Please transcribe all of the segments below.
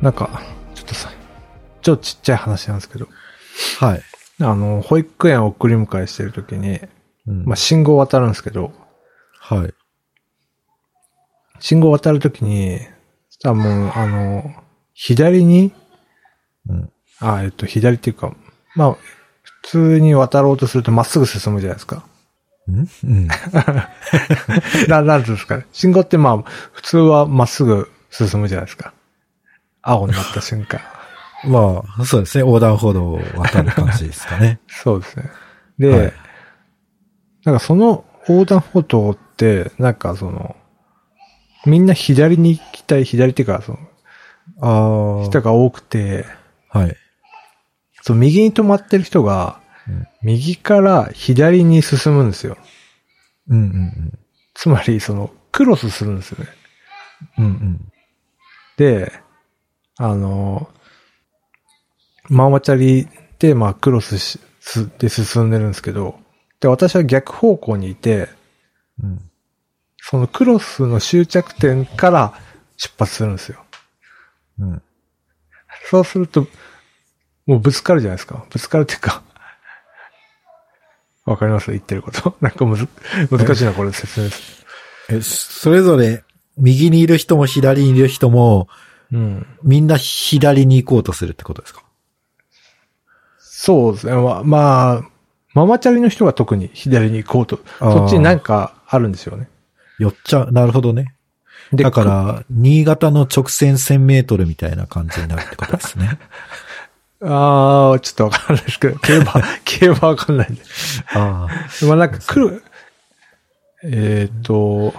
なんか、ちょっとさ、超ちっちゃい話なんですけど、はい。あの、保育園を送り迎えしてるときに、うんまあ、信号を渡るんですけど、はい。信号を渡るときに、多分、あの、左に、うん。あ、えっと、左っていうか、まあ、普通に渡ろうとするとまっすぐ進むじゃないですか。んうん。 な、なんていうんですかね。信号ってまあ、普通はまっすぐ進むじゃないですか。青になった瞬間。まあ、そうですね。横断歩道を渡る感じですかね。そうですね。で、はいなんかその横断歩道って、なんかその、みんな左に行きたい、左っていうか、その、ああ。人が多くて、はい。その右に止まってる人がうん、右から左に進むんですよ。うんうんつまり、その、クロスするんですよね。うん。うんで、あの、ママチャリで、まあ、クロスし、すで進んでるんですけど、で、私は逆方向にいて、うん。うん。そのクロスの終着点から出発するんですよ。うん。そうすると、もうぶつかるじゃないですか。ぶつかるっていうか、 わかります言ってること。 なんかむず、難しいな、これ説明すえ、それぞれ、右にいる人も左にいる人も、る。うん。みんな左に行こうとするってことですかそうですね。まあ、まあ、ママチャリの人が特に左に行こうと。あーそっちになんかあるんですよね。寄っちゃう。なるほどね。でだか、ら、新潟の直線1000メートルみたいな感じになるってことですね。ああ、ちょっとわかんないですけど、競馬、 競馬わかんないんで。あまあなんか来る、えっ、と、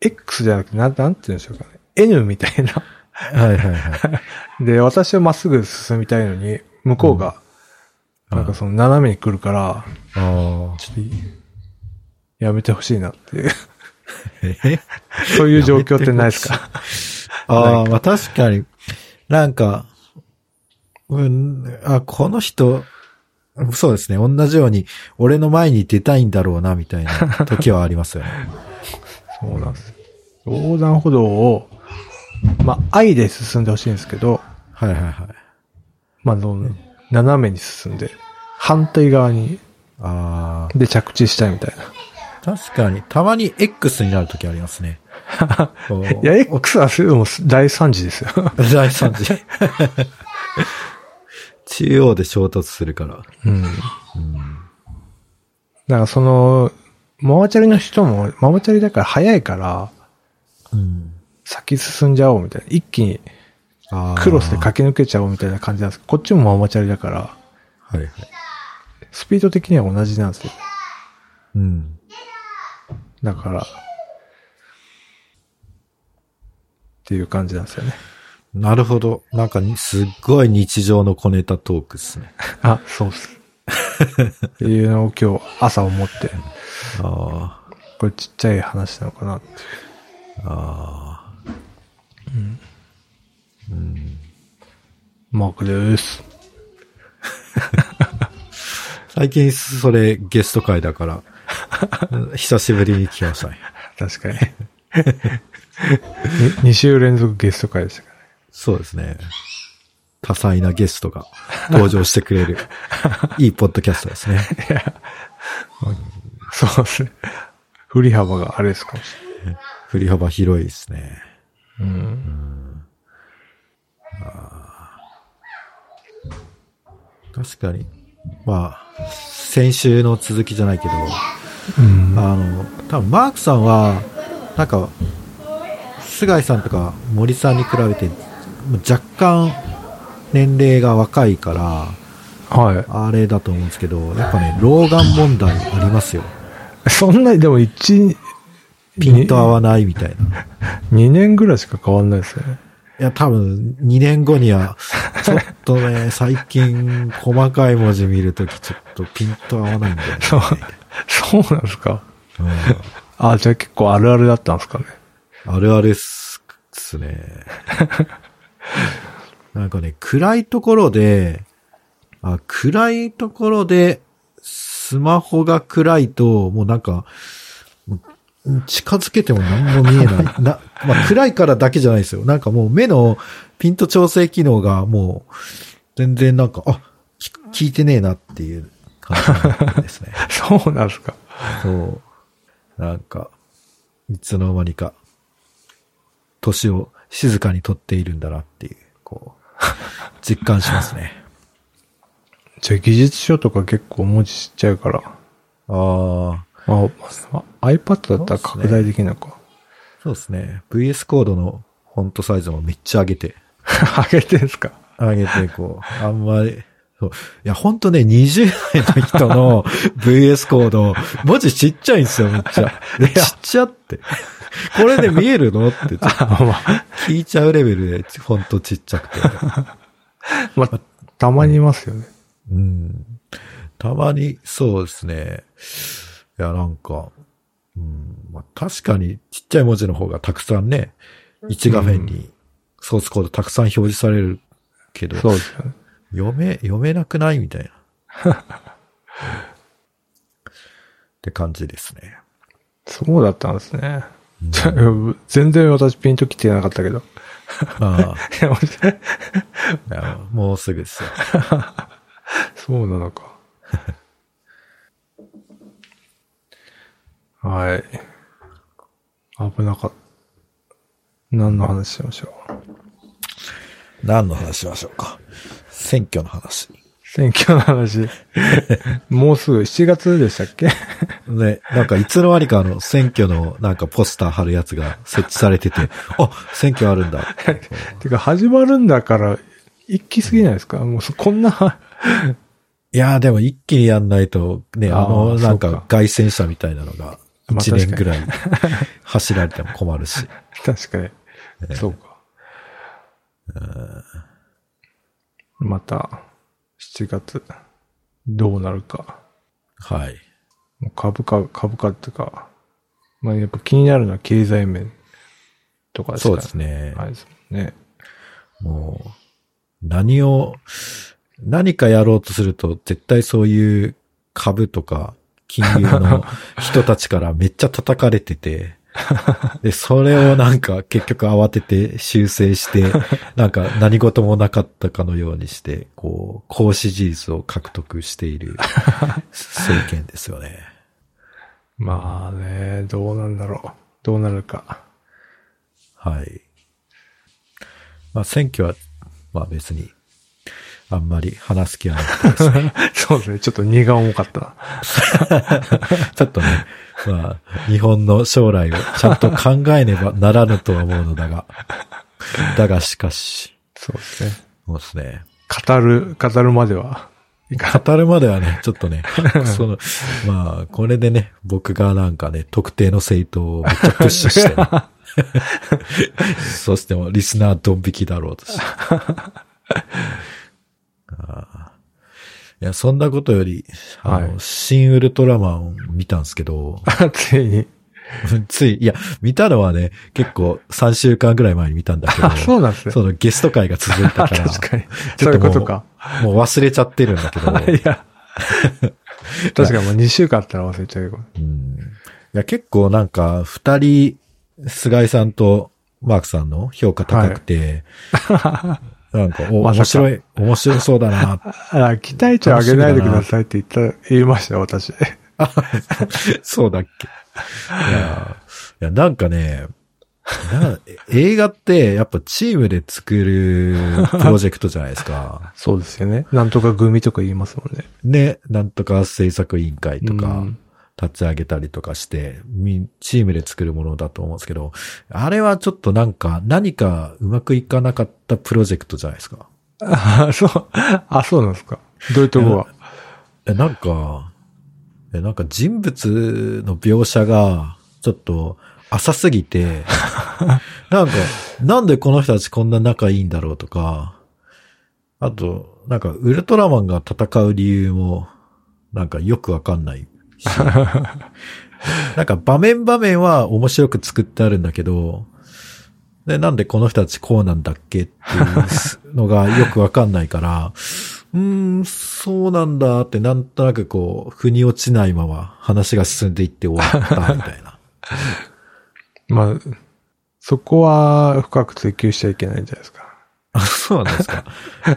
X じゃなくて、なん、なんて言うんでしょうかね。N みたいな。 あ。 はいはいはい。で、私はまっすぐ進みたいのに、向こうが、うんなんかその斜めに来るから、ああ。ちょっといやめてほしいなっていう、 えそういう状況ってない ですかああ、まあ確かに、なんか、うん、あ、この人、そうですね、同じように、俺の前に出たいんだろうな、みたいな時はありますよね。そうなんです。横断歩道を、まあ、愛で進んでほしいんですけど、はいはいはい。まあ、どう斜めに進んで、反対側に、あで着地したいみたいな。あ、確かに、たまに X になる時ありますね。こう いや、X はそれでも大惨事ですよ。大惨事。中央で衝突するから。うん。だからその、ママチャリの人も、ママチャリだから早いから、うん。先進んじゃおうみたいな。一気にあークロスで駆け抜けちゃおうみたいな感じなんですけど、こっちもママチャリだから、はいはい。スピード的には同じなんですよ。うん。だから、っていう感じなんですよね。なるほど。なんかに、すっごい日常の小ネタトークですね。あ、そうっす。っていうのを今日朝思って、ああ。これちっちゃい話なのかなって。ああ。マークです。最近、それ、ゲスト会だから、 うん久しぶりに来ましたね。確 かに。2週連続ゲスト会でしたからね。そうですね。多彩なゲストが登場してくれる、いいポッドキャストですね。 そうですね。振り幅があれですかもし振り幅広いですね。れない。うん。確かに。まあ、先週の続きじゃないけど、あの、多分マークさんは、なんか、菅井さんとか森さんに比べて、若干、年齢が若いから、はあれだと思うんですけど、やっぱね、老眼問題ありますよ。い。そんなにでも1、ピント合わないみたいな。 2年ぐらいしか変わんないですよね。いや、多分、2年後には、ちょっとね、最近、細かい文字見るとき、ちょっとピント合わないんだよね。そう、そうなんですか。うんあ、じゃあ結構あるあるだったんですかね。あるあるっすね。なんかね、暗いところで、あ、暗いところで、スマホが暗いと、もうなんか、もう近づけても何も見えない。な、まあ、暗いからだけじゃないですよ。なんかもう目のピント調整機能がもう、全然なんか、あ、き効いてねえなっていう感じなんですね。そうなんですか。そう。なんか、いつの間にか、年を静かにとっているんだなっていう、こう、 実感しますね。じゃあ技術書とか結構文字ちっちゃいから。ああ、あ、あ iPad だったら拡大できるのか。そうですね。VS コードのフォントサイズもめっちゃ上げて、上げてんすか上げて、こう、あんまり、そういや、ほんとね、20代の人の VS コード、文字ちっちゃいんですよ、めっちゃ。えちっちゃって。これで見えるのって、ちょっと聞いちゃうレベルで、フォントちっちゃくて。まあ、たまにいますよね。うん。たまに、そうですね。いや、なんか、うん、まあ、確かにちっちゃい文字の方がたくさんね、1画面にソースコードたくさん表示されるけど、そうですよね。読め、読めなくないみたい な。って感じですね。そうだったんですね。ちょ 全然私ピンときてなかったけど。まいあやもういや、もうすぐですよ。そうなのか。はい。危なかった。何の話しましょう。何の話しましょうか。選挙の話。選挙の話。もうすぐ7月でしたっけね、なんかいつの間にかあの選挙のなんかポスター貼るやつが設置され てて、あ、選挙あるんだ。てか始まるんだから、一気すぎないですかもうそこんな、 いやーでも一気にやんないと、ね、ああーのなんそうかか外戦車みたいなのがまあ1年ぐらい走られても困るし。確かに。そうか。また、7月、どうなるか。はい。もう株価、株価っていうか、まあやっぱ気になるのは経済面とかそうですね。ね。はいですもんね。もう、何を、何かやろうとすると、絶対そういう株とか、金融の人たちからめっちゃ叩かれてて、で、それをなんか結局慌てて修正して、なんか何事もなかったかのようにして、こう、高支持率を獲得している政権ですよね。まあね、どうなんだろう。どうなる か。はい。まあ選挙は、まあ別に、あんまり話す気はなくてそうですね。ちょっと荷が重かったな。ちょっとね、 まあ、日本の将来をちゃんと考えねばならぬとは思うのだが、だがしかし、そうですね。そうですね。語る、語るまでは。 語るまではね、ちょっとね、 その、まあ、これでね、僕がなんかね、特定の政党をめっちゃプッシュ して、ね、そしてもリスナードン引きだろう として。ああいや、そんなことより、あの、はい新ウルトラマンを見たんですけど、ついに。つい、いや、見たのはね、結構3週間ぐらい前に見たんだけど、あ、そうなんですね。そのゲスト会が続いたあから、 確かに。ちそょういうっともうことか。もう忘れちゃってるんだ けど、いや。確かにもう2週間あったら忘れちゃうよ。うんいや結構なんか、二人、菅井さんとマークさんの評価高くて、なんか、おま面さか白い、面白そう だな。あ、期待値を上げないでくださいって言った、言いましたよ、私。そうだっけ。いや、いやなんかね、な映画ってやっぱチームで作るプロジェクトじゃないですか。そうですよね。なんとか組とか言いますもんね。ね、なんとか制作委員会とうかん、立ち上げたりとかして、みチームで作るものだと思うんですけど、あれはちょっとなんか、何かうまくいかなかったプロジェクトじゃないですか。あ、そう。あ、そうなんですか。どういうとこが。え、なんか、え、なんか人物の描写が、ちょっと、浅すぎて、なんか、なんでこの人たちこんな仲いいんだろうとか、あと、なんか、ウルトラマンが戦う理由も、なんかよくわかんないし、なんか場面場面は面白く作ってあるんだけど、で、なんでこの人たちこうなんだっけっていうのがよくわかんないから、 うーん、そうなん だってなんとなくこう、腑に落ちないまま話が進んでいって終わったみたいな。まあ、そこは深く追求しちゃいけないんじゃないですか。あ、そうなんですか。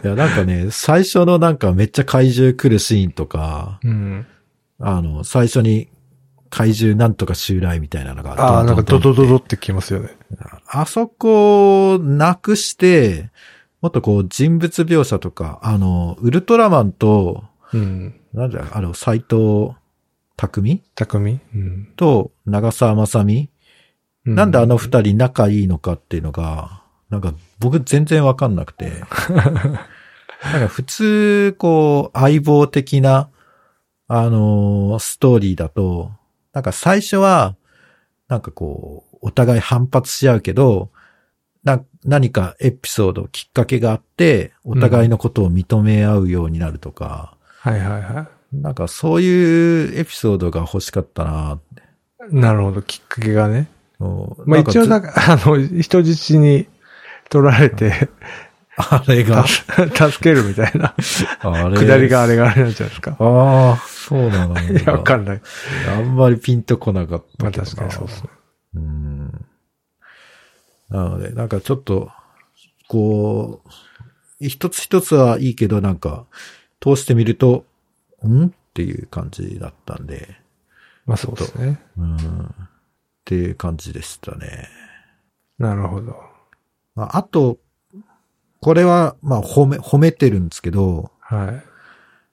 いや、なんかね、最初のなんかめっちゃ怪獣来るシーンとか、うん。あの、最初に怪獣なんとか襲来みたいなのがああ、なんかドドドドってきますよね。あそこをなくして、もっとこう人物描写とか、あの、ウルトラマンと、うん。なんだ、あの、斎藤匠匠うん。と長澤まさみ、なんであの二人仲いいのかっていうのが、なんか僕全然わかんなくて。なんか普通、こう、相棒的な、あのーストーリーだと、なんか最初は、なんかこう、お互い反発し合うけど、な、何かエピソード、きっかけがあって、お互いのことを認め合うようになるとか、はいはいはなんかそういうエピソードが欲しかったなって。い。なるほど、きっかけがね。うんまあなんか一応ずなんか、あの、人質に取られて、あれが た、助けるみたいな、あれ下りがあれがあれなんじゃないですか。ああ、 そうなのいや、わかんんない。あんまりピンとこなかっまたあ確けどな。かにそうですね。うん。なので、なんかちょっと、こう、一つ一つはいいけど、なんか、通してみると、んっていう感じだったんで、まあそうですね。うん。っていう感じでしたね。なるほど。まあ、あと、これは、まあ、褒め、褒めてるんですけど、はい。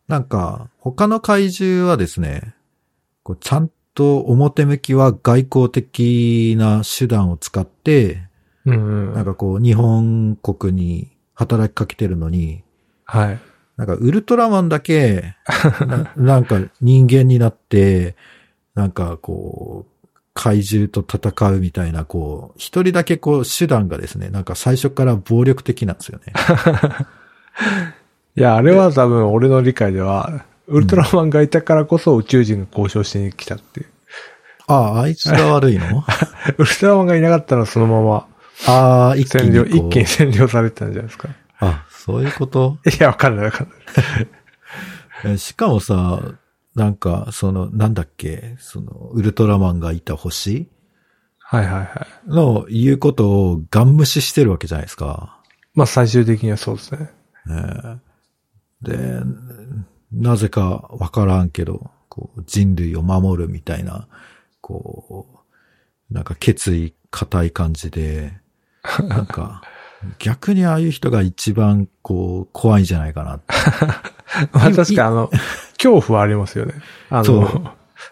なんか、他の怪獣はですね、こうちゃんと表向きは外交的な手段を使って、うん、うなんん。かこう、日本国に働きかけてるのに、はい。なんかウルトラマンだけ、ななんか人間になって、なんかこう、怪獣と戦うみたいな、こう、一人だけこう、手段がですね、なんか最初から暴力的なんですよね。いや、あれは多分俺の理解では、ウルトラマンがいたからこそ宇宙人が交渉しに来たっていう。ああ、あいつが悪 いのウルトラマンがいなかったらそのままああ、一気占に領、こう一気に占領されてたんじゃないですか。あ、そういうこといや、わかんないわかんない。えしかもさ、なんか、その、なんだっけ、その、ウルトラマンがいた星はいはいはい。の言うことをガン無視してるわけじゃないですか。まあ最終的にはそうですね。ねえで、なぜかわからんけど、こう、人類を守るみたいな、こう、なんか決意固い感じで、なん か、逆にああいう人が一番、こう、怖いんじゃないかなって。まあ確かにあの、恐怖はありますよね。あそのう、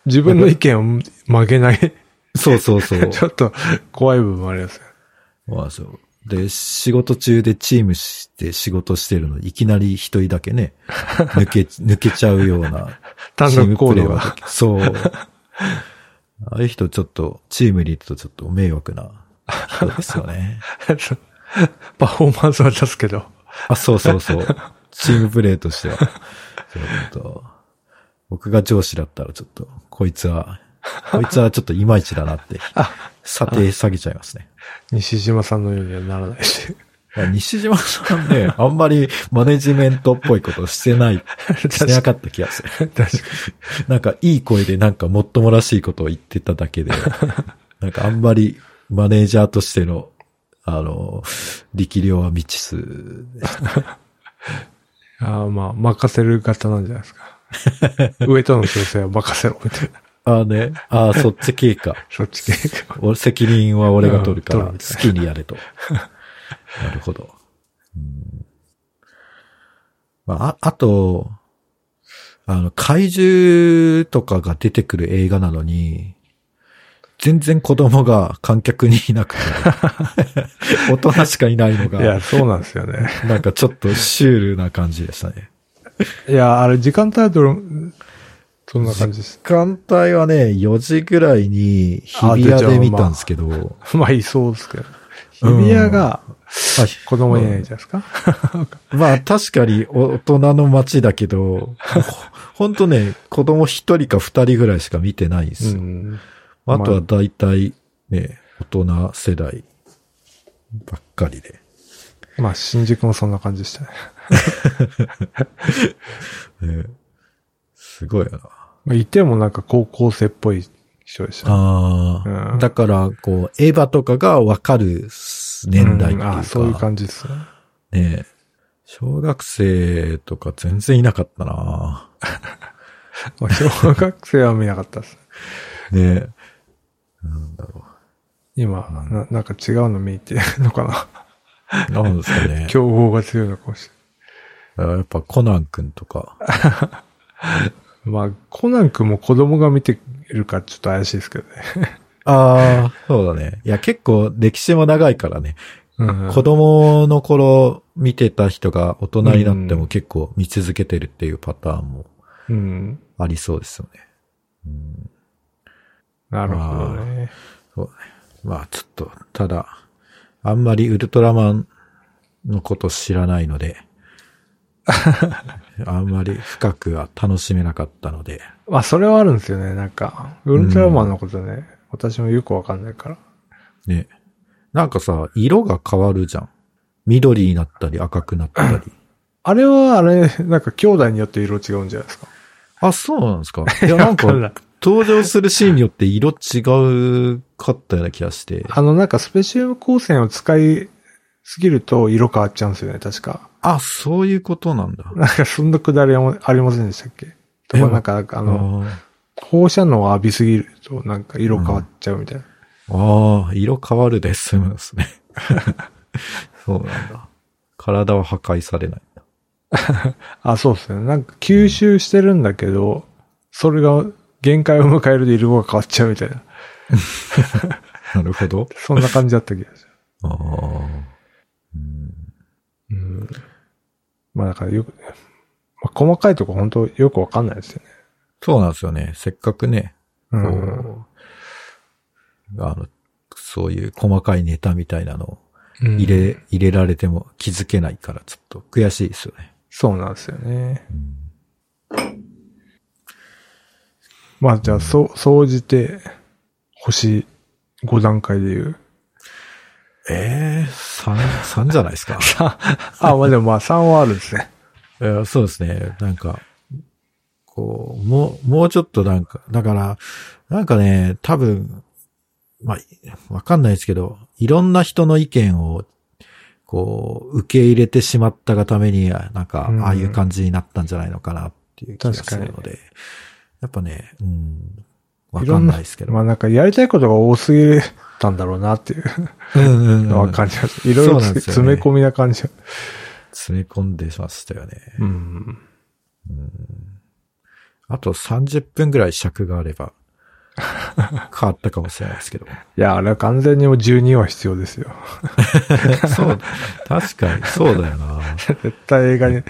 自分の意見を曲げない、 ちそうそうそう。ょっと怖い部分もありますよ。 まあそう。で、仕事中でチームして仕事してるのに、いきなり一人だ けね、抜け、抜けちゃうような。単独行動はが。そう。ああいう人ちょっと、チームにいるとちょっと迷惑な人ですよ ね。パフォーマンスは出すけど。あ、そうそうそう。チームプレーとしては。そうちょっと僕が上司だったらちょっと、こいつは、こいつはちょっといまいちだ なって、査定下げちゃいますね。西島さんのようにはならないし。 まあ西島さんね、 あんまりマネジメントっぽいことしてない、してなかった気がする。 確かに。なんかいい声でなんかもっともらしいことを言ってただけで、なんかあんまりマネージャーとしての、あの、力量は未知数。ああまあ、任せる型なんじゃないですか。 上との調整は任せろ、みたいな。ああね、ああ、そっち系か。そっち系が。俺、責任は俺が取るから、うん好取きにやれ と。なるほど。うんまあ、ああと、あの、怪獣とかが出てくる映画なのに、全然子供が観客にいなくて、 大人しかいないのいや、が、そうなんですよね。なんかちょっとシュールな感じでしたね。 いや、あれ、時間タイトル、そんな感じです。艦隊はね、4時ぐらいに日あ比出ちゃ谷うで見たんですけど、 まあ、いそうですけど。日うん比谷があ子供いないじゃないですか。 まあ確かにお大人の街だけど、ほほんとね、子供一人か二人ぐらいしか見てないんですよ。うんあとは大体ね、大人世代ばっかりで。まあ、新宿もそんな感じでしたね。ねすごいよな。まあ、いてもなんか高校生っぽい一緒でした。ああ、うんだから、こう、エヴァとかがわかる年代っていうか、んあそういう感じですね。ねえ小学生とか全然いなかったなまあ小学生は見なかったです。ねえなんだろ今、ななんか違うの見に行ってるのかな。う。なんですか ね。競合が強いのかもしあやっぱコナン君とか。れない。まあ、コナン君も子供が見てるからちょっと怪しいですけどね。ああ、そうだね。いや、結構歴史も長いからね。うん子供の頃見てた人が大人になっても結構見続けてるっていうパターンもうん。ありそうですよね。うん、なるほどね。そうだね。まあちょっと、ただ、あんまりウルトラマンのこと知らないの で、あんまり深くは楽しめなかったので、まあ、それはあるんですよね。なんか、ウルトラマンのことね、私もよくわかんないから。ね。なんかさ、色が変わるじゃん。緑になったり赤くなったり。あれは、あれ、なんか兄弟によって色違うんじゃないですか。あ、そうなんですか。 いや、なんかわん、ない登場するシーンによって色違うかったような気がして。あの、なんかスペシウム光線を使いすぎると色変わっちゃうんですよね、確か。あ、そういうことなんだ。なんか、そんなくだりもありませんでしたっけとえか、なんか、ああの、の放射能を浴びすぎると、なんか色変わっちゃうみたいな。ああ、色変わるで済 むんですね。そうなんだ。体は破壊されないんだ。あ、そうですね。なんか吸収してるんだけど、それが限界を迎えるで色が変わっちゃうみたいな。なるほど。そんな感じだった気がする。ああ。 うんうん。まあだからよく、まあ、細かいとこ本当よくわかんないですよね。そうなんですよね。せっかくね、う。こうんあの、そういう細かいネタみたいなのをうん入れ、入れられても気づけないからちょっと悔しいですよね。そうなんですよね。まあじゃあ、そ、総じて、星5段階で言 う。ええ三三じゃないですか。あ、まあでもまあ3はあるんですね。いやそうですね。なんか、こう、もう、もうちょっとなんか、だから、なんかね、多分、まあ、いわかんないですけど、いろんな人の意見を、こう、受け入れてしまったがために、なんかうん、ああいう感じになったんじゃないのかなっていう気がするの確で、やっぱね、うん、わかんないですけど。まあなんかやりたいことが多すぎたんだろうなっていううんうんのうはん、感じます。いろいろそうなんつですよね詰め込みな感じが。詰め込んでましたよね。うん。あと30分ぐらい尺があれば、変わったかもしれないですけど。いや、あれは完全にもう12は必要ですよ。 そう、確かに、そうだよな。 絶対映画に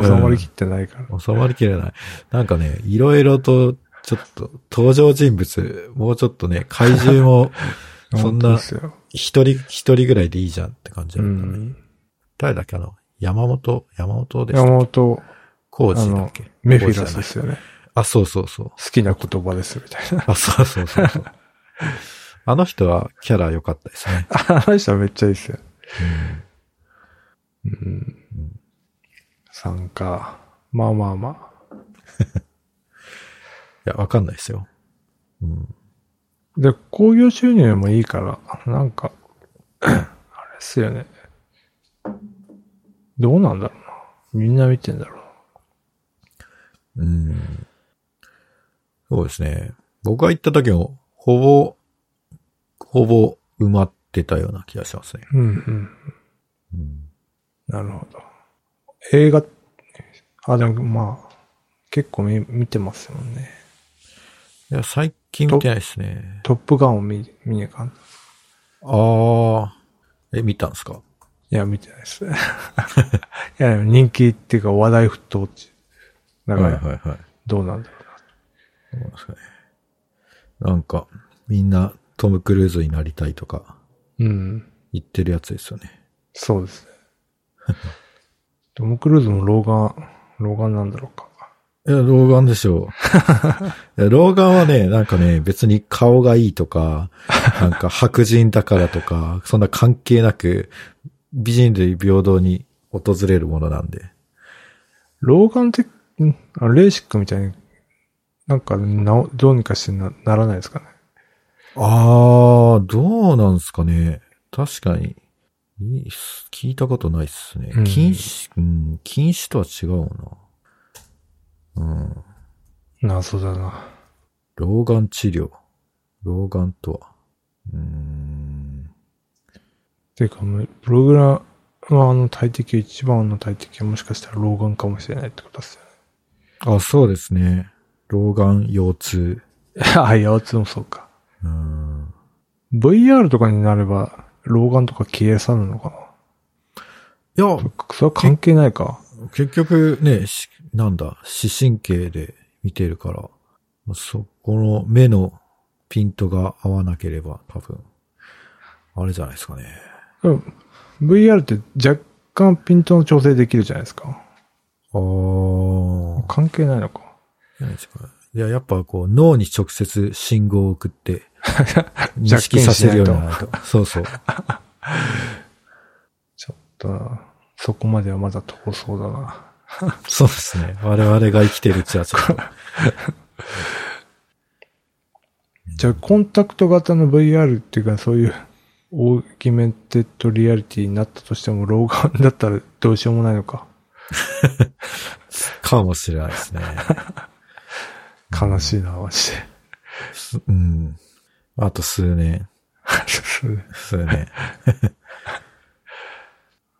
収まりきってないから。収まりきれない。なんかね、いろいろと、ちょっと、登場人物、もうちょっとね、怪獣も、そん 本当なで、すよ。一人、一人ぐらいでいいじゃんって感じうだったね。ん。誰だっけ、あの、山本、山本でし山た。本、コーあジだっのけ。、メフィラスで浩二じすよね。ゃないあ、そうそうそう。好きな言葉ですみたいな。あ、そうそうそうそう。あの人はキャラ良かったですね。 あの人はめっちゃいいっすよ。うん。参加。まあまあまいや、わかんないですよ。うん。あ。で、興行収入もいいから、なんか、 あれっすよね。どうなんだろうな。みんな見てんだろうな。うん。そうですね。僕が行った時も、ほぼ、ほぼ埋まってたような気がしますね。うんうん。うん、なるほど。映画、あ、でもまあ、結構見見てますもんね。いや、最近見てないですね。トップガンを見、見に行かん。ああ。え、見たんですかいや、見てない です。いや、でも人気っていうか話題沸騰中。だから、いはい。どうなんだろうな。そうですねなんか、みんなトム・クルーズになりたいとかうん。言ってるやつですよね。そうです ね。トム・クルーズも老眼、老眼なんだろうか。いや、老眼でしょ う。いや、老眼はね、なんかね、別に顔がいいと か、なんか白人だからとか、そんな関係なく、美人類平等に訪れるものなんで。老眼って、んあレーシックみたいに、なんか、なお、どうにかしてなならないですかね。ああ、どうなんすかね。確かに。いいっす聞いたことないっすね。うん禁止、うん、禁止とは違うな。うん。謎だな。老眼治療。老眼とは。うーん。ていうか、もうプログラマーの大敵、一番の大敵はもしかしたら老眼かもしれないってことですよあ、そうですね。老眼、腰痛。ね。 あ、いや、つもそうか。うん。 VR とかになれば、老眼とか消え去るのかいや、なそれは関係ないか。結局ね、しなんだ、視神経で見てるから、そこの目のピントが合わなければ多分、あれじゃないですかね。でも VR って若干ピントの調整できるじゃないですか。あー。関係ないのか。じゃないですか。いや、やっぱこう、脳に直接信号を送 って、認識させるように ならないと。そうそう。ちょっとな、そこまではまだ遠そうだな。そうですね。我々が生きてるうちはちょっと。じゃあ、コンタクト型の VR っていうか、そういう、オーギメンテッドリアリティになったとしても、老眼だったらどうしようもないのか。かもしれないですね。悲しいな、マジで。すうん。あと数年。数年。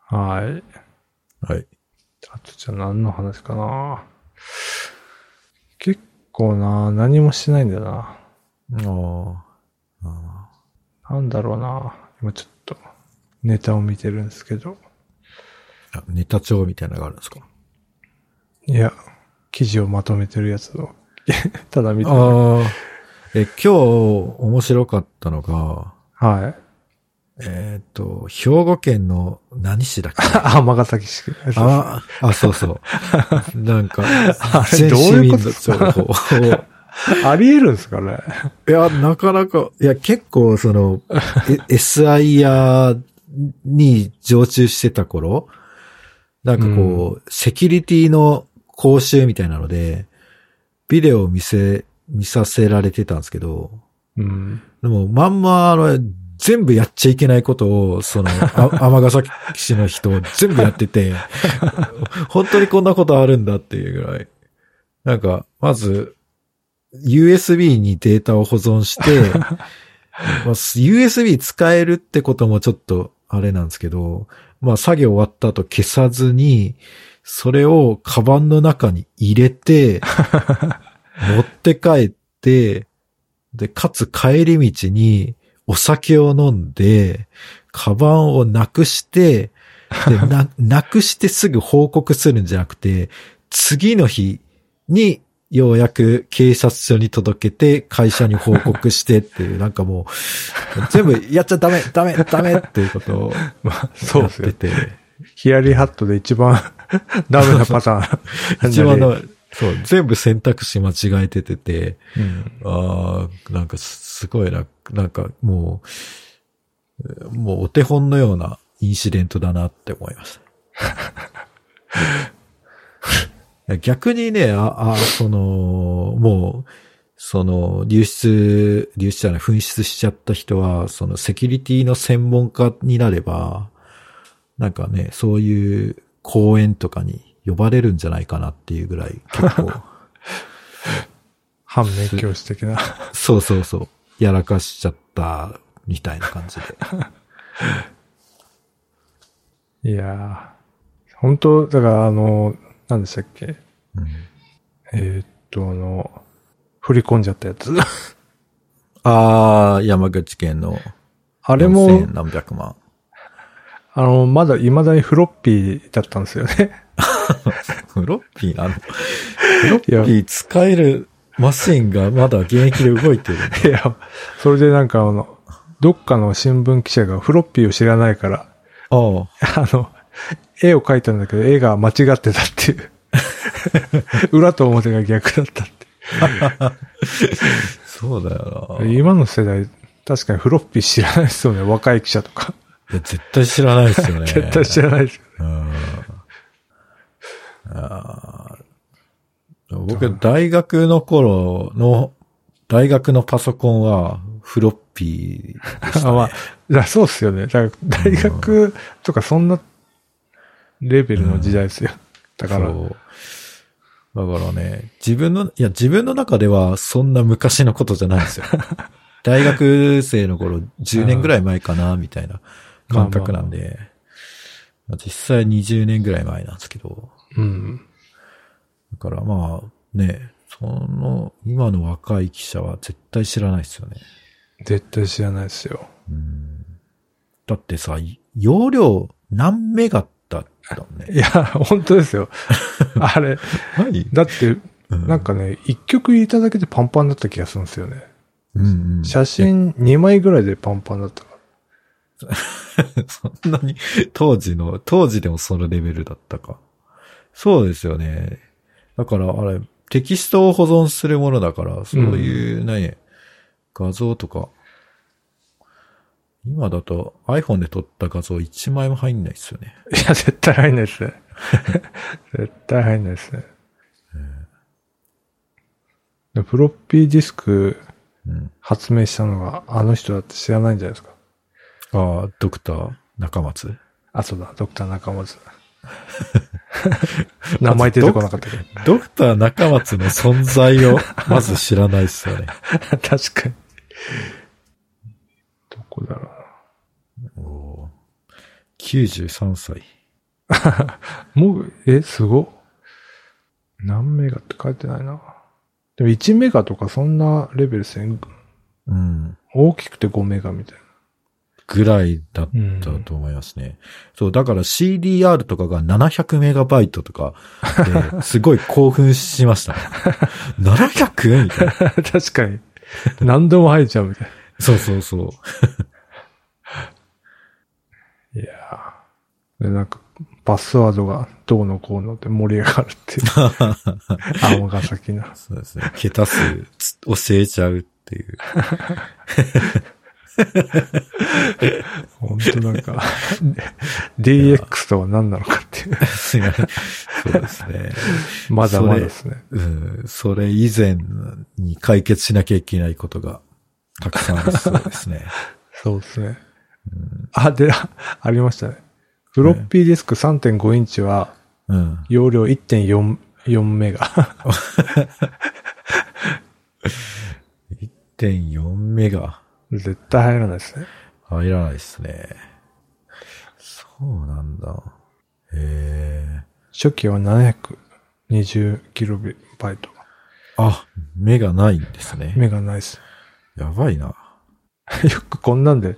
はい。はい。あとじゃあ何の話かな結構な、何もしてないんだよな。あーあなんだろうな。今ちょっと、ネタを見てるんですけど。ー。あネタ帳みたいなのがあるんですかいや、記事をまとめてるやつを、 ただ見てる。はああ。え、今日面白かったのが、い。えーっ、と、兵庫県の何市 だっけあ、尼崎市区。あ、あ、そ うそう。なんか、れ全どう市いう民このと情報を。 ありえるんですかね。いや、なかなか、いや、結構、その、 え SIR に常駐してた頃、なんかこう、セキュリティの講習みたいなので、ビデオを見せ、見させられてたんですけど、うん。でも、まんま、あの、全部やっちゃいけないことを、その、あ尼崎市の人、全部やってて、本当にこんなことあるんだっていうぐらい。なんか、まず、USB にデータを保存して、まあ、USB 使えるってこともちょっと、あれなんですけど、まあ、作業終わった後消さずに、それをカバンの中に入 れて、持って帰って、で、かつ帰り道にお酒を飲んで、カバンをなくして、 で、な、なくしてすぐ報告するんじゃなくて、次の日にようやく警察署に届けて会社に報告してっていう、なんかもう、全部やっちゃダメ、ダメ、ダメっていうことをまあ、 そうやでっすよて。て、 ヒヤリハットで一番 ダメなパタ ーン。一番の、そう、全部選択肢間違えててて、うん。ああ、なんかすすごいな、なんかもう、もうお手本のようなインシデントだなって思いました。逆にね、あ、あ、その、もう、その、流出、流出じゃない、紛失しちゃった人は、そのセキュリティの専門家になれば、なんかね、そういう講演とかに呼ばれるんじゃないかなっていうぐらい結構、反面教師的な。そうそうそう。やらかしちゃった、みたいな感じ で。いやー。本当だからあの、何でしたっけうんえーっと、あの、振り込んじゃったや つ。ああ、山口県の。あれも、何百万。あの、まだ未だにフロッピーだったんですよね。フロッピーなの。フロッピー使えるマシンがまだ現役で動いてる。 いや、それでなんかあの、どっかの新聞記者がフロッピーを知らないから、ああ。 あの、絵を描いたんだけど、絵が間違ってたっていう。 裏と表が逆だったって。そうだよな。い今の世代、確かにフロッピー知らないですよね。若い記者とか。や絶対知らないですよね。絶対知らないですよね。うんあー僕、大学の頃の、大学のパソコンは、フロッピーでした、ね。あまあ、いやそうっすよね。だから大学とかそんなレベルの時代ですよ。だから、そう。だからね、自分の、いや、自分の中ではそんな昔のことじゃないん ですよ。大学生の頃、10年ぐらい前かな、みたいな感覚なんで、まあ実際20年ぐらい前なんですけど、うん。だからまあ、ね、その、今の若い記者は絶対知らないですよね。絶対知らないですよ。だってさ、容量何メガだったのね。 いや、本当 ですよ。あれ、はい。だって、うんなんかね、一曲いただけでパンパンだった気がするんですよね。うんうん、写真2枚ぐらいでパンパンだったから。 そんなに、当時の、当時でもそのレベルだったか。そうですよね。だから、あれ、テキストを保存するものだから、そういう、ね、画像とか、今だと iPhone で撮った画像1枚も入んないですよね。いや、絶対入んないですね。 絶対入んないですね。でフロッピーディスクうん。発明したのがあの人だって知らないんじゃないですか。ああ、ドクター中松。あ、そうだ、ドクター中 松。名前出てこなかったけど。ドクター中松の存在を、まず知らないですよね。 確かに。どこだろうおー93歳。な。もう、え、すごっ。何メガって書いてないな。でも1メガとかそんなレベルですね。うん。大きくて5メガみたいぐらいだったと思いますね。そう、だから CDR とかが700メガバイトとかで、 すごい興奮しました、ね。700? みたいな。な。確かに。何でも入っちゃうみたいそうそうそう。な。いやーで、なんか、パスワードがどうのこうのって盛り上がるって いう。青が先な。そうですね。桁数つ教えちゃうっていう。本当なんか、DX とは何なのかっていう。すいません。そうですね。まだまだですね。うん。それ以前に解決しなきゃいけないことがたくさんありそうですね。そうですね。あ、で、あありましたね。フロッピーディスク3.5インチはうん。容量1.4 4メガ。 1.4メガ。絶対入らないですね。入らないですね。そうなんだ。へえ。初期は 720KB。あ、目がないんですね。メガない です。やばいな。よくこんなんで。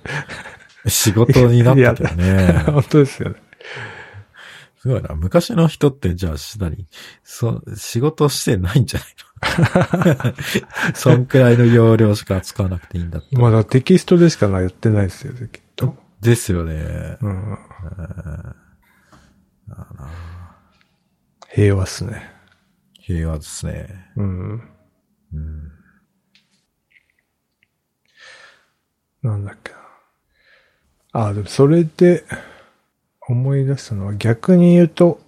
仕事になったけど ね。 本当ですよね。すごいな。昔の人って、じゃあ、しなに、そ、仕事してないんじゃない のそんくらいの容量しか使わなくていいんだって。まだテキストでしかなやってないですよね、きっと。ですよね。うん。平和っすね。平和ですね。うん。なんだっけな。あ、でもそれで思い出したのは逆に言うと、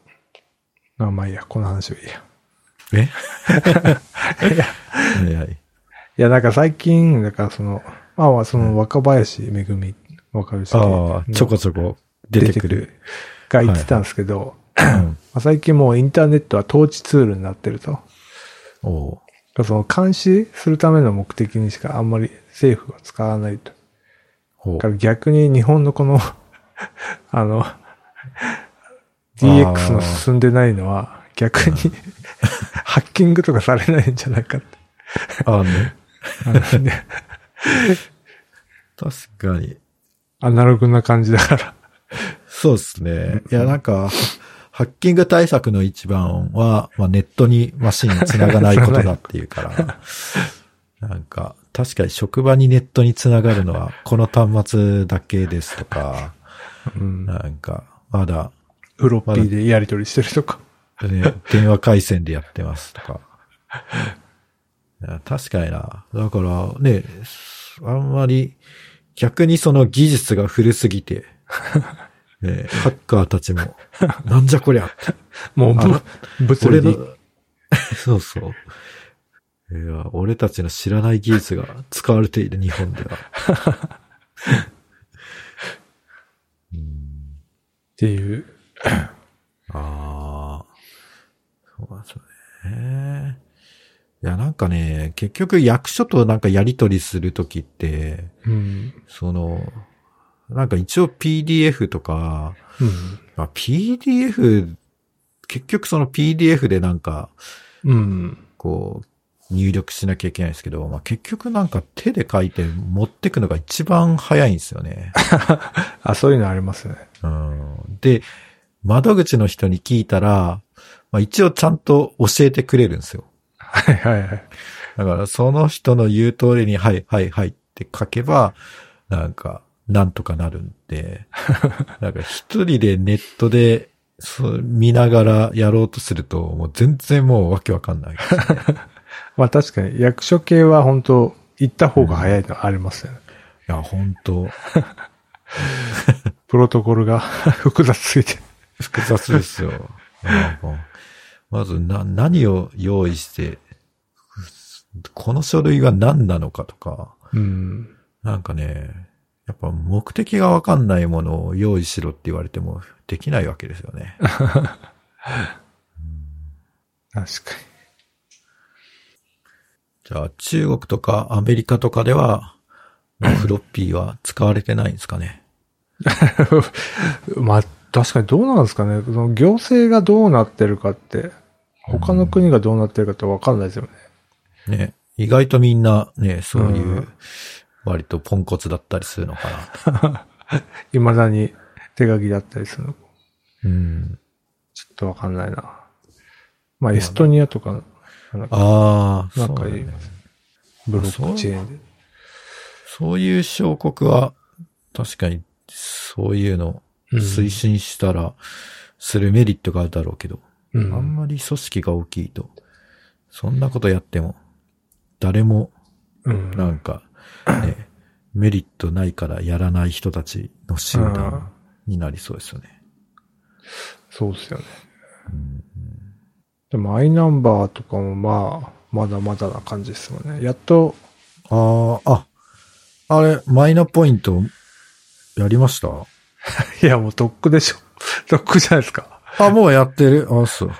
あまあいいや、この話はいいや。 えはいはい。いや、なんか最近、だからその、まあまあその若林めぐみ、若林系ああ、ちょこちょこ出てくる。。が言ってたんですけど、うんまあ最近もうインターネットは統治ツールになってると。おうその監視するための目的にしかあんまり政府は使わないと。ほだうから逆に日本のこの、 あの、DX の進んでないのは逆に ハッキングとかされないんじゃないかって。あね。あの ね確かに。アナログな感じだから。そうですね。いや、なんか、ハッキング対策の一番は、まあ、ネットにマシンに繋がないことだっていうから、なんか、確かに職場にネットに繋がるのは、この端末だけですとか、うん。なんか、まだ、フロッピーでやり取りしてるとか。ね、 電話回線でやってますとか。いや確かにな。だからね、あんまり逆にその技術が古すぎて、ね、ハッカーたちも、なんじゃこりゃってもうあのぶ、物俺理の に。、そうそう。いや、俺たちの知らない技術が使われている日本では。うんていう。ああ。そうですよね。いや、なんかね、結局役所となんかやりとりするときって、うん。その、なんか一応 PDF とか、うん。まあ、PDF、結局その PDF でなんか、うん。こう、入力しなきゃいけないんですけど、まあ、結局なんか手で書いて持ってくのが一番早いんですよね。 あ、そういうのありますね。うん、で、窓口の人に聞いたら、まあ、一応ちゃんと教えてくれるんですよ。はいはいはい。だからその人の言う通りに、はい、はい、はいって書けば、なんか、なんとかなるんで、なんか一人でネットで、そう、見ながらやろうとすると、もう全然もうわけわかんない。まあ確かに役所系は本当行った方が早いのありますよね。いや、本当プロトコルが 複雑すぎて。複雑ですよ。なんかまずな、何を用意して、この書類は何なのかとか、うん。なんかね、やっぱ目的がわかんないものを用意しろって言われてもできないわけですよね。確かじゃあ中国とかアメリカとかでは、フロッピーは使われてないんですかね。に。 まあ確かにどうなんですかね。その行政がどうなってるかって、他の国がどうなってるかってわかんないですよね。ね。意外とみんなね、そういううん割とポンコツだったりするのかな。未だに手書きだったりするの。ちょうん。っとわかんないな。まあエストニアとか、なんかああ、なんかそうだいいねブロックチェーンで。そういう小国は、確かに、そういうの、うん推進したら、するメリットがあるだろうけど、うあんん。まり組織が大きいと、そんなことやっても、誰も、うんなんか、ね、メリットないからやらない人たちの集団になりそうですよね。そうですよね。うんでも、アイナンバーとかもまあ、まだまだな感じですもんね。やっと、ああ、あ、あれ、マイナポイント、やりましたいや、もうとっくでしょ。 とっくじゃないですか。あ、もうやってる。あ、そう。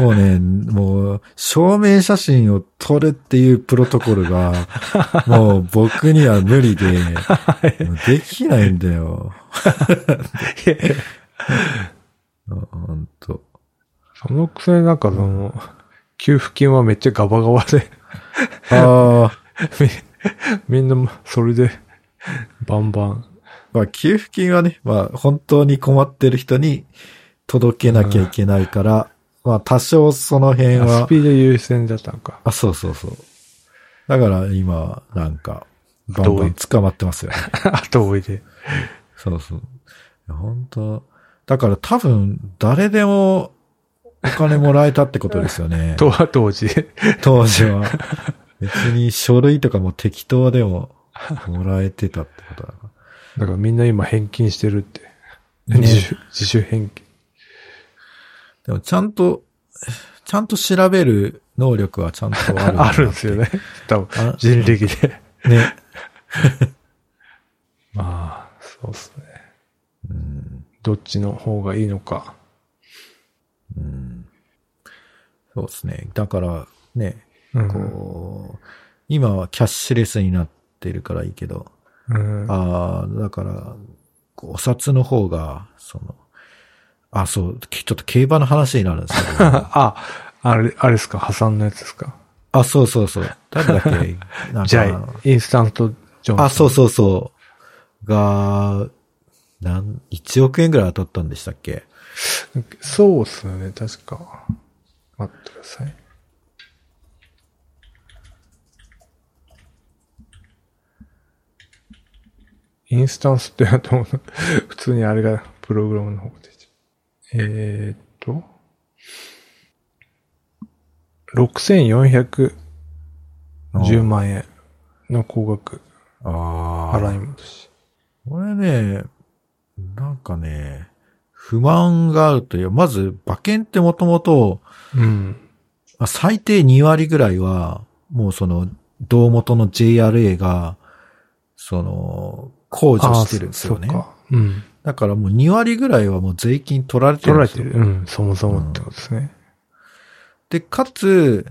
もうね、 もう、証明写真を撮るっていうプロトコルが、もう僕には無理で、もうできないんだよ。いやいや あほんと。そのくせになんかその、給付金はめっちゃガバガバで、 ああ、みみんなそれで、バンバン。まあ、給付金はね、まあ、本当に困ってる人に届けなきゃいけないから、まあ、多少その辺スは、ピード優先だったのか。あ、そうそうそう。だから今、なんか、バンバン捕まってますよね。 後追いで。。そうそう。いや本当だから多分、誰でもお金もらえたってことですよね とは当時。当時は。別に書類とかも適当でももらえてたってことだかだからみんな今返金してるって。ね自主、自主返金。ら。でもちゃんと、ちゃんと調べる能力はちゃんとあるんだな あるんですよ。ね。多分、あ人力で。ね。まあ、そうっすね。うん。どっちの方がいいのか。うん。そうですね。だから、ね、うんこう、今はキャッシュレスになってるからいいけど、うん。ああ、だから、こうお札の方が、その、あ、そう、きちょっと競馬の話になるんですけ ど、あ、あれ、あれですか破産のやつですかあ、そうそうそう。誰だっけなんかじゃあ、インスタントジョンソン。あ、そうそうそう。が、なん、1億円ぐらい当たったんでしたっけそうっすよね、確か。待ってください。インスタンスってやと思う。 普通にあれがプログラムの方が出ちゃう。えー、っと。6410万円の高額あ払あ。い戻し。これね、なんかね、不満があるという、まず、馬券ってもともと、うん。まあ最低2割ぐらいは、もうその、道元の JRA が、その、控除してるんですよねあ。ーそそっか。うん。だからもう2割ぐらいはもう税金取られて取るんらでれすてよ。る。うん。そもそもってことですね。で、かつ、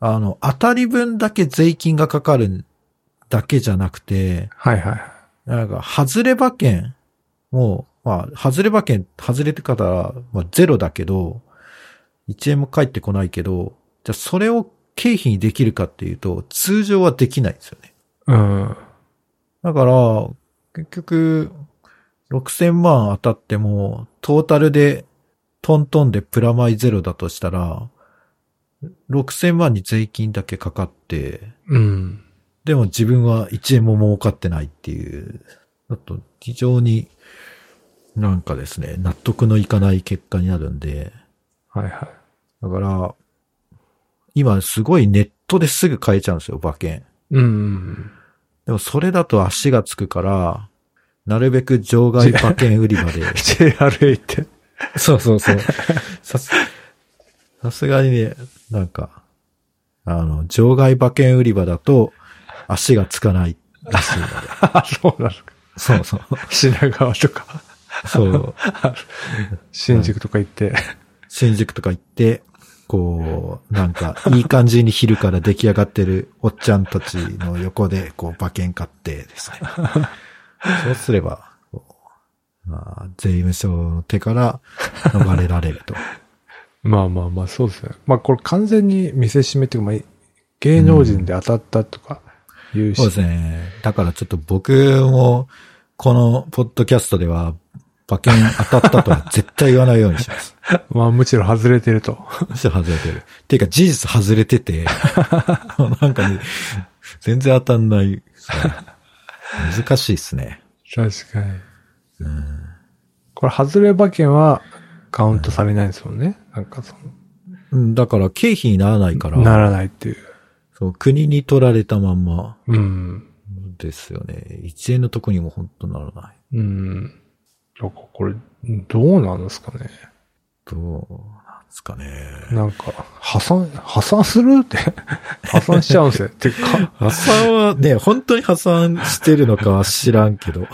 あの、当たり分だけ税金がかかるだけじゃなくて、はいはい。なんか、外れ馬券も、まあ、外れ馬券、外れてから、まあ、ゼロだけど、1円も返ってこないけど、じゃあそれを経費にできるかっていうと、通常はできないんですよね。うん。だから、結局、6000万当たっても、トータルで、トントンでプラマイゼロだとしたら、6000万に税金だけかかって、うん。でも自分は1円も儲かってないっていう、あと非常になんかですね、納得のいかない結果になるんで、はいはい。だから、今すごいネットですぐ買えちゃうんですよ、馬券。うん。。でもそれだと足がつくから、なるべく場外馬券売り場で JRA って。そうそうそう。 さす、さすがにね、なんか、あの、場外馬券売り場だと足がつかないらしいので。あ、 そうなのか。 そうそう。品川とか、そう。新宿とか行って。新宿とか行って、こう、なんか、いい感じに昼から出来上がってるおっちゃんたちの横で、こう、馬券買ってですね。そうすれば、こうまあ、税務署の手から逃れられると。まあまあまあ、そうですね。まあこれ完全に見せしめっていうか、まあ、芸能人で当たったとかいうし、そうですね。だからちょっと僕も、このポッドキャストでは、馬券当たったとは絶対言わないようにします。まあむしろ外れてると。むしろ外れてる。っていうか事実外れて て、なんかね、全然当たんない。そう難しいっすね。確かに。これ、外れ馬券はカウントされないんですもんね。なんかそうんだから経費にならないから、の、ならないっていう。そう国に取られたまんまうん。ですよね。1円のとこにも本当ならない。うん。なんかこれ、どうなんですかね。どうなんですかね。なんか、破産、破産するって、 破産しちゃうんです よ。てか、破産はね、本当に破産してるのかは知らんけど。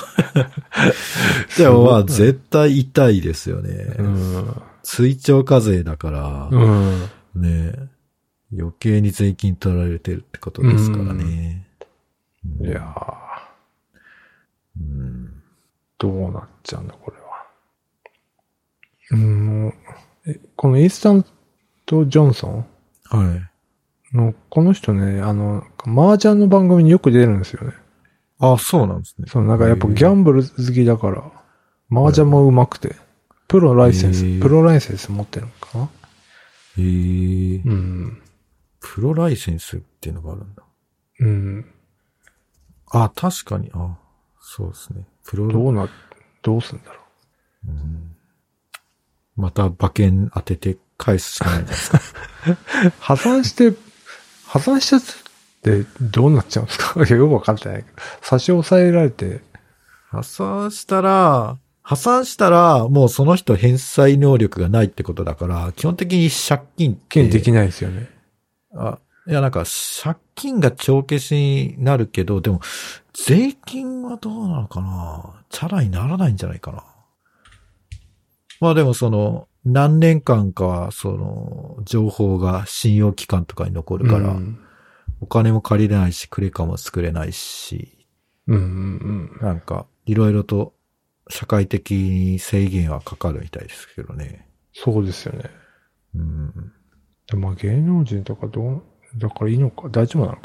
でもまあ絶対痛いですよね。うん。追徴課税だから、うん。ねえ。余計に税金取られてるってことですからね。いうんやー。うん。どうなっちゃうんだ、これは。うん、もうえこのインスタント・ジョンソンはい。の、この人ね、あの、麻雀の番組によく出るんですよね。あ、そうなんですね。そのなんかやっぱギャンンブル好きだから、麻雀も上手くて、プロライセンへス、ープロライセンス持ってるのかなへえうん。プロライセンスっていうのがあるんだ。うん。あ、確かに。あ、そうですね。プロラどうな、どうすんだろうんまた馬券当てて返すしかないんですか。う。破産して、破産したやつってどうなっちゃうんですか いやよくわかってないけど。差し押さえられて、 破産したら、破産したら、もうその人返済能力がないってことだから、基本的に借金って。権利できないですよね。あ、いや、なんか、借金が帳消しになるけど、でも、税金はどうなのかなチャラにならないんじゃないかな。まあでも、その、何年間かは、その、情報が信用機関とかに残るから、うんお金も借りれないし、クレカも作れないし、うんうんなんか、いろいろと、社会的に制限はかかるみたいですけどね。そうですよね。うん。でもまあ芸能人とかどう、だからいいのか、大丈夫なのか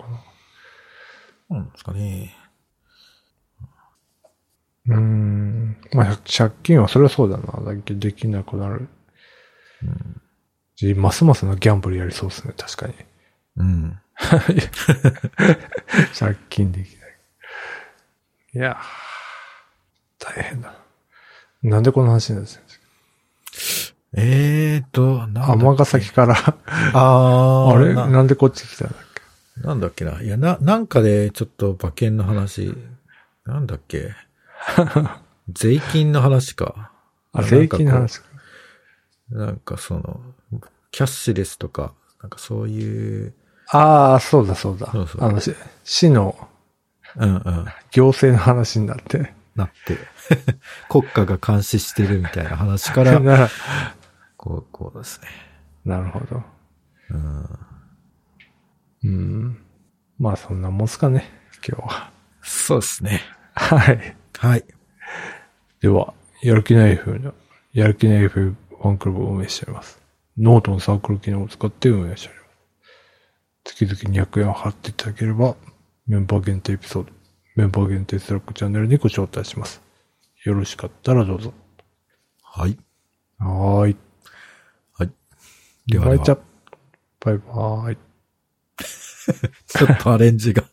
そうなんですかね。な。うーん。まあ、借金はそれはそうだな。だけどできなくなる。じますますのギャンブルやりそうですね、確か に。うん。借金できない。いやー、大変だな。なんでこの話になってるんですかえーと、なんだっけ天ヶ崎から、あーあれななんでこっち来たんだっけなんだっけな。いや、な、なんかで、ちょっと馬券の話、なんだっ け。税金の話か。あ、なん税かこ金うの話か。なんかその、キャッシュレスとか、なんかそういうああ、そうだそうだ。そうそうあの、し市のうんうん。行政の話になって。なって、 国家が監視してるみたいな話か ら、 ならこう、こうですね。なるほど。うん。うん。まあそんなもんすかね、今日は。 そうですね。はい。はい。では、やる気ない F の、やる気ない F ファンクラブを運営しております。ノートのサークル機能を使って運営しております。月々200円を払っていただければ、メンバー限定エピソード、メンバー限定スラックチャンネルにご招待します。よろしかったらどうぞ。はい。はーい。はい。ではバでイチャは、バイバーイ。ちょっとアレンジが。